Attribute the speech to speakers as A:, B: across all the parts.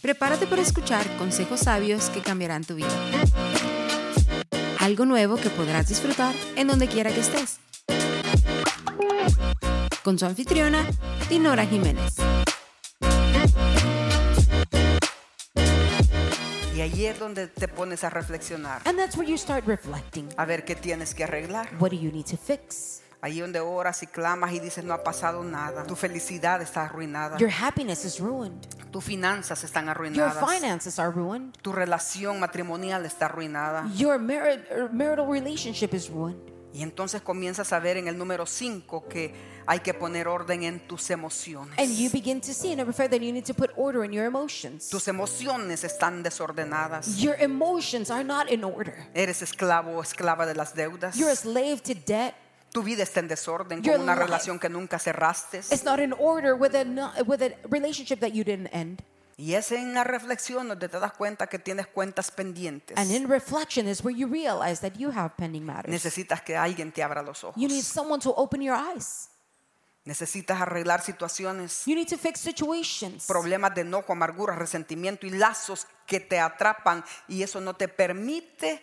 A: Prepárate para escuchar consejos sabios que cambiarán tu vida. Algo nuevo que podrás disfrutar en donde quiera que estés. Con su anfitriona, Dinora Jiménez.
B: Y ahí es donde te pones a reflexionar,
C: And that's where you start reflecting.
B: a ver qué tienes que arreglar.
C: What do you need to fix?
B: Ahí donde oras y clamas y dices no ha pasado nada. Tu felicidad está arruinada.
C: Your happiness is ruined.
B: Tus finanzas están
C: Your
B: arruinadas.
C: finances are ruined.
B: Tu relación matrimonial está arruinada.
C: Your mari- er, marital relationship is ruined.
B: Y entonces comienzas a ver en el número 5 que hay que poner orden en tus emociones.
C: And you begin to see, number five, that you need to put order in your emotions.
B: Tus emociones están desordenadas.
C: Your emotions are not in order.
B: Eres esclavo o esclava de las deudas.
C: You're a slave to debt.
B: Tu vida está en desorden
C: Your
B: con una
C: life-
B: relación que nunca cerraste.
C: It's not in order with a, no- with a relationship that you didn't end.
B: Y es en la reflexión donde te das cuenta que tienes cuentas pendientes.
C: And in reflection is where you realize that you have pending matters.
B: Necesitas que alguien te abra los ojos.
C: You need someone to open your eyes.
B: Necesitas arreglar situaciones,
C: You need to fix situations.
B: problemas de enojo, amargura, resentimiento y lazos que te atrapan y eso no te permite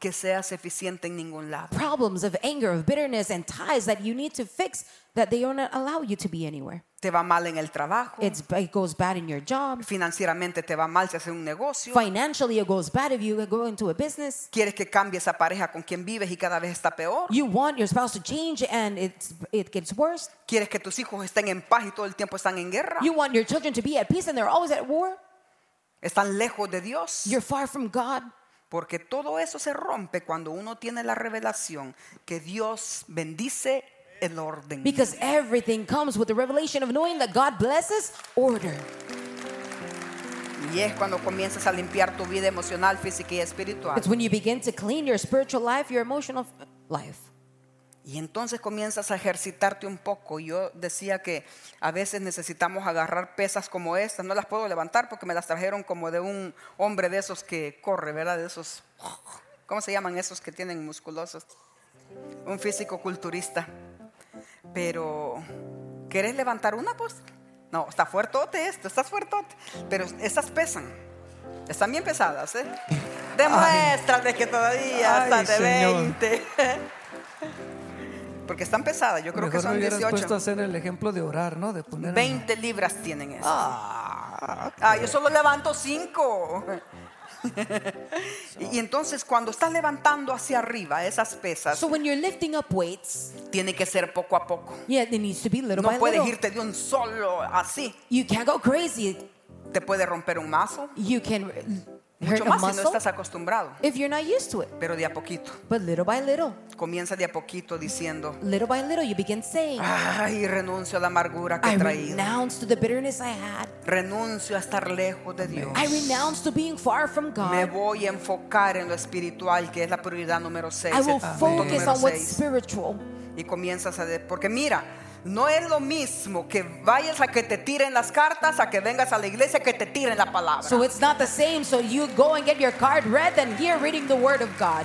B: que seas eficiente en ningún lado.
C: Problems of anger, of bitterness, and ties that you need to fix that they don't allow you to be anywhere.
B: Te va mal en el trabajo,
C: It's, it goes bad in your job.
B: financieramente te va mal si haces un negocio,
C: Financially, it goes bad if you go into a business.
B: quieres que cambie esa pareja con quien vives y cada vez está peor,
C: You want your spouse to change and it's, it gets worse.
B: quieres que tus hijos estén en paz y todo el tiempo están en guerra,
C: You want your children to be at peace and they're always at war.
B: están lejos de Dios.
C: You're far from God.
B: Porque todo eso se rompe cuando uno tiene la revelación que Dios bendice el orden.
C: Because everything comes with the revelation of knowing that God blesses order.
B: Y es cuando comienzas a limpiar tu vida emocional, física y espiritual.
C: It's when you begin to clean your spiritual life, your emotional f- life.
B: Y entonces comienzas a ejercitarte un poco. Yo decía que a veces necesitamos agarrar pesas como estas. No las puedo levantar porque me las trajeron como de un hombre de esos que corre, ¿verdad? De esos, ¿cómo se llaman esos que tienen musculosos? Un físico culturista. Pero, ¿querés levantar una, pues? No, está fuertote esto, está fuertote. Pero estas pesan. Están bien pesadas, ¿eh? Demuéstrate que todavía
D: Ay,
B: estás de
D: Señor.
B: 20. Porque están pesadas, yo creo que
D: Mejor me
B: son
D: hubieras puesto
B: 18.
D: a hacer el ejemplo de orar, ¿no? De poner.
B: 20 libras tienen eso. Ah, yo solo levanto 5. y, y entonces cuando estás levantando hacia arriba esas pesas,
C: So when you're lifting up weights,
B: tiene que ser poco a poco.
C: yeah, it needs to be little by
B: No puedes
C: little.
B: irte de un solo así.
C: You can't go crazy.
B: Te puede romper un mazo,
C: You can hurt
B: mucho
C: a
B: más si no
C: muscle
B: estás acostumbrado.
C: if you're not used to it.
B: Pero de a poquito,
C: But little by little,
B: comienza de a poquito diciendo,
C: little by little, you begin saying,
B: ay, renuncio a la amargura que
C: I
B: he Ah, traído.
C: renounce to the bitterness I had.
B: Renuncio a estar lejos de Dios.
C: I renounce to being far from
B: Me
C: God.
B: voy a enfocar en lo espiritual, que es la prioridad número 6.
C: I will focus on what's spiritual.
B: Y comienzas a... de- Porque mira, no es lo mismo que vayas a que te tiren las cartas, a que vengas a la iglesia, que te tiren la palabra.
C: So it's not the same. So you go and get your card read than here reading the word of God.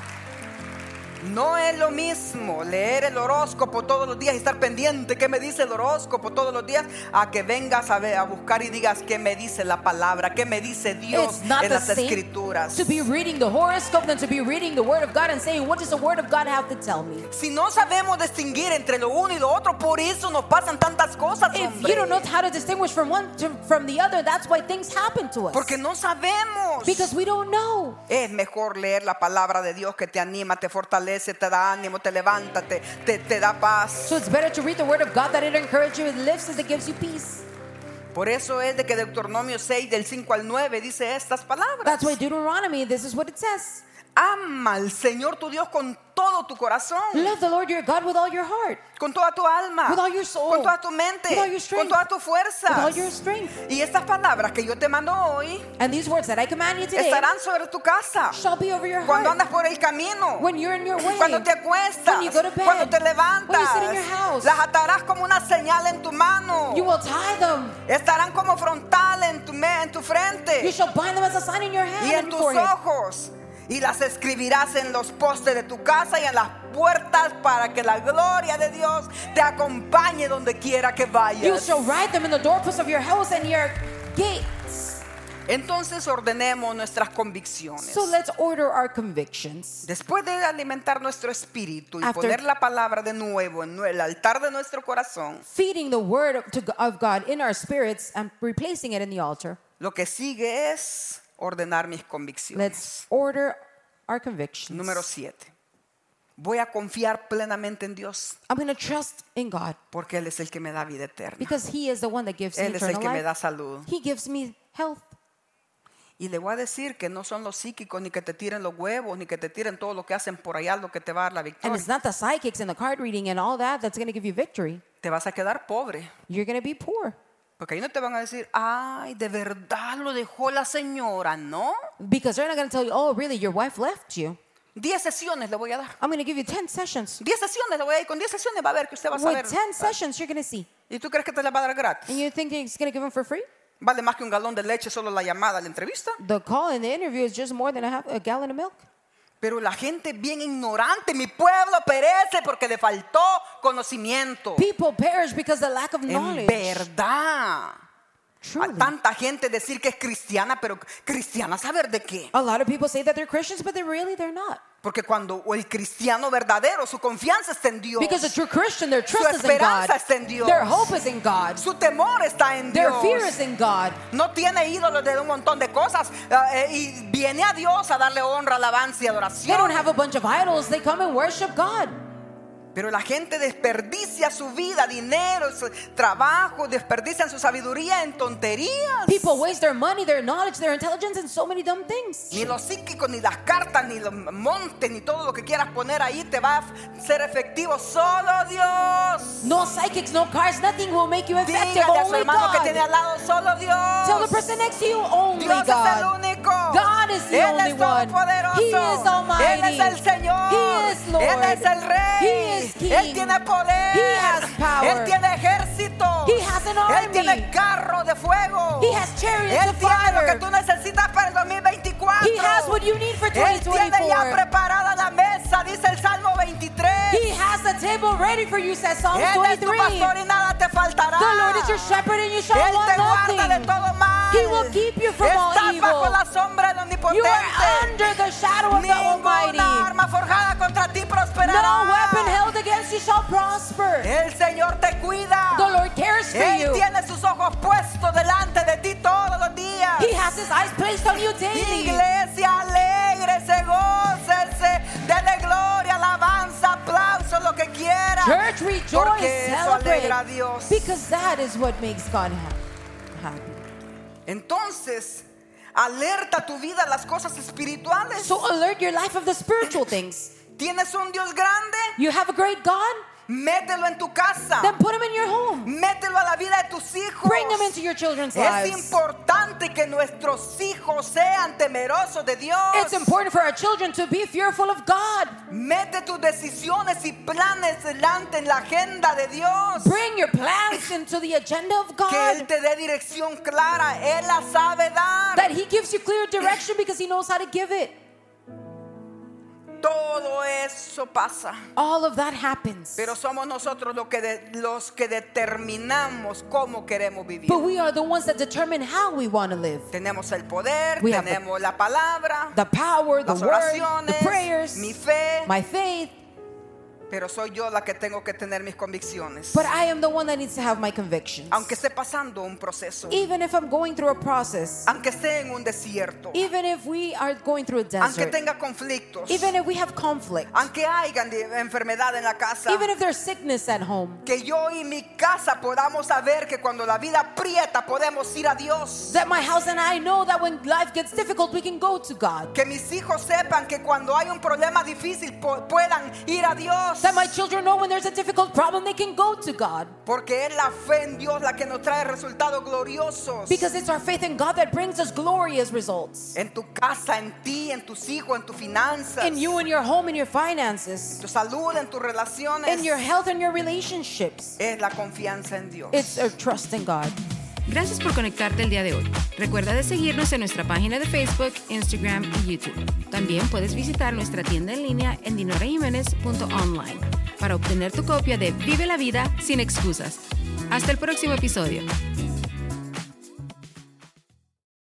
B: No es lo mismo leer el horóscopo todos los días y estar pendiente qué me dice el horóscopo todos los días a que vengas a, ver- a buscar y digas qué me dice la palabra, qué me dice Dios
C: It's not
B: en
C: the
B: las
C: same
B: escrituras.
C: to be reading the horoscope than to be reading the word of God and saying, What does the word of God have to tell me?
B: Si no sabemos distinguir entre lo uno y lo otro, por eso nos pasan tantas cosas.
C: If
B: hombre.
C: you don't know how to distinguish from one to, from the other, that's why things happen to us.
B: Porque no sabemos.
C: because we don't know.
B: es mejor leer la palabra de Dios que te anima, te fortalece, te da ánimo, te levanta, te, te- te da paz.
C: So it's better to read the word of God that it encourages you, it lifts as it gives you peace.
B: Por eso es de que Deuteronomio 6, del 5 al 9, dice estas palabras.
C: That's why Deuteronomy, this is what it says.
B: Ama al Señor tu Dios con todo tu corazón,
C: Love the Lord your God with all your heart,
B: con toda tu alma,
C: With all your soul.
B: con toda tu mente,
C: With all your strength.
B: con toda tu
C: with
B: fuerza.
C: all your strength.
B: Y estas palabras que yo te mando hoy
C: And these words that I command you today
B: estarán sobre tu casa
C: shall be over your
B: cuando
C: heart.
B: andas por el camino.
C: When you're in your way,
B: Cuando te acuestas,
C: when you go to bed,
B: cuando te
C: when you
B: levantas,
C: sit in your house,
B: las atarás como una señal en tu mano.
C: you will tie them.
B: Estarán como frontal en tu, me- en tu
C: You
B: frente
C: shall bind them as a sign in your hand
B: y en
C: and
B: tus
C: forehead.
B: ojos. Y las escribirás en los postes de tu casa y en las puertas para que la gloria de Dios te acompañe donde quiera que
C: You
B: vayas.
C: shall write them in the doorposts of your house and your gates.
B: Entonces ordenemos nuestras convicciones.
C: So let's order our convictions.
B: Después de alimentar nuestro espíritu y
C: After-
B: poner la palabra de nuevo en el altar de nuestro corazón,
C: Feeding the word of- to- of God in our spirits and replacing it in the altar.
B: lo que sigue es ordenar mis convicciones.
C: Let's order our convictions.
B: Número 7. Voy a confiar plenamente en Dios
C: I'm going to trust in God
B: porque Él es el que me da vida eterna.
C: because He is the one that gives me
B: Él es el
C: eternal
B: que me da
C: life.
B: salud.
C: He gives me health.
B: Y le voy a decir que no son los psíquicos ni que te tiren los huevos ni que te tiren todo lo que hacen por allá lo que te va a dar la
C: And
B: victoria.
C: it's not the psychics and the card reading and all that that's going to give you victory.
B: Te vas a quedar pobre.
C: You're going to be poor
B: Porque ahí no te van a decir, ay, de verdad lo dejó la señora, ¿no?
C: because they're not going to tell you, oh, really, your wife left you.
B: 10 sesiones le voy a dar.
C: I'm going to give you 10 sessions.
B: 10 sesiones le voy a dar. y Con 10 sesiones va a ver uh, que usted va a saber.
C: With 10 sessions, you're going to see.
B: ¿Y tú crees que te la va a dar gratis?
C: And you're thinking it's going to give them for free?
B: ¿Vale más que un galón de leche solo la llamada a la entrevista?
C: The call and the interview is just more than a, half, a gallon of milk.
B: Pero la gente bien ignorante, mi pueblo perece porque le faltó conocimiento.
C: People perish because the lack of
B: En
C: knowledge.
B: verdad. A
C: Truly.
B: tanta gente decir que es cristiana, pero cristiana saber de qué.
C: A lot of people say that they're Christians, but they really they're not.
B: Porque cuando o el cristiano verdadero, su confianza está en Dios.
C: Because a true Christian, their trust is in God.
B: esperanza está en Dios.
C: Their hope is in God.
B: Su temor está en
C: Their
B: Dios.
C: fear is in God.
B: No tiene ídolos de un montón de cosas ah, eh, y viene a Dios a darle honra, alabanza
C: They
B: y
C: don't
B: adoración.
C: have a bunch of idols. They come and worship God.
B: Pero la gente desperdicia su vida, dinero, su trabajo, desperdician su sabiduría en tonterías.
C: People waste their money, their knowledge, their intelligence, and so many dumb things.
B: Ni los psíquicos, ni las cartas, ni los montes, ni todo lo que quieras poner ahí te va a ser efectivo. Solo Dios.
C: No psychics, no cards, nothing will make you effective.
B: Dígale a su
C: Only
B: hermano que
C: God.
B: tiene al lado, solo Dios.
C: Tell the person next to you, only
B: Dios es el
C: God.
B: único.
C: God is the
B: Él
C: only
B: es
C: one.
B: todopoderoso.
C: He is
B: Él
C: almighty.
B: es el Señor.
C: He is Lord.
B: Él es el Rey.
C: He is King.
B: Él tiene poder.
C: He has power.
B: Él tiene ejército.
C: He has an
B: Él
C: army.
B: tiene carro de fuego.
C: He has chariots
B: Él
C: of
B: tiene lo
C: fire.
B: que tú necesitas para el 2024.
C: He has what you need for
B: Él tiene ya
C: 2024.
B: preparada la mesa, dice el Salmo 23.
C: He has the table ready for you, says Psalm
B: Él
C: 23.
B: es tu pastor y nada te faltará.
C: The Lord is your shepherd and you shall
B: Él te
C: want
B: guarda de
C: nothing.
B: todo mal.
C: He will keep you from all
B: Estás bajo
C: evil.
B: la sombra del
C: You
B: omnipotente.
C: are under the shadow of the Almighty.
B: Ninguna arma forjada contra ti prosperará.
C: No weapon held against you shall prosper.
B: El Señor te cuida.
C: The Lord cares for
B: Él
C: you.
B: tiene sus ojos puestos delante de ti todos los días.
C: He has his eyes placed on you daily.
B: Iglesia alegre, se gócense, denle gloria, alabanza, aplauso, lo que quiera.
C: Church,
B: Porque
C: rejoice,
B: eso
C: celebrate.
B: alegra a Dios.
C: Because that is what makes God ha- happy.
B: Entonces, alerta tu vida a las cosas espirituales.
C: So alert your life of the spiritual things.
B: Tienes un Dios grande,
C: You have a great God,
B: mételo en tu casa.
C: then put him in your home.
B: Mételo a la vida de tus hijos.
C: Bring him into your children's
B: Es
C: lives.
B: importante que nuestros hijos sean temerosos de Dios.
C: It's important for our children to be fearful of God.
B: Mete tus decisiones y planes delante en la agenda de Dios.
C: Bring your plans into the agenda of
B: Que Él
C: God.
B: te dé dirección clara, Él la sabe dar.
C: That He gives you clear direction because He knows how to give it.
B: Todo eso pasa.
C: All of that happens.
B: Pero somos nosotros los que, de- los que determinamos cómo queremos vivir.
C: But we are the ones that determine how we want to live.
B: Tenemos el poder,
C: We have the-
B: tenemos la palabra,
C: The power, the
B: las
C: word, the
B: oraciones,
C: prayers,
B: mi fe.
C: my faith.
B: Pero soy yo la que tengo que tener mis convicciones.
C: But I am the one that needs to have my convictions.
B: Aunque esté pasando un proceso,
C: Even if I'm going through a process,
B: aunque esté en un desierto,
C: even if we are going through a
B: aunque
C: desert,
B: tenga conflictos,
C: even if we have conflict,
B: aunque haya enfermedad en la casa,
C: even if there's sickness at home,
B: que yo y mi casa podamos saber que cuando la vida aprieta podemos ir a Dios.
C: that my house and I know that when life gets difficult, we can go to God.
B: Que mis hijos sepan que cuando hay un problema difícil po- puedan ir a Dios.
C: That my children know when there's a difficult problem, they can go to God.
B: Porque es la fe en Dios la que nos trae resultados gloriosos.
C: Because it's our faith in God that brings us glorious results.
B: En tu casa, en ti, en tus hijos, en tus finanzas,
C: In you, in your home, in your finances,
B: tu salud, en tus relaciones.
C: in your health, in your relationships.
B: es la confianza en Dios.
C: It's our trust in God.
A: Gracias por conectarte el día de hoy. Recuerda de seguirnos en nuestra página de Facebook, Instagram y YouTube. También puedes visitar nuestra tienda en línea en dinorajiménez.online para obtener tu copia de Vive la vida sin excusas. Hasta el próximo episodio.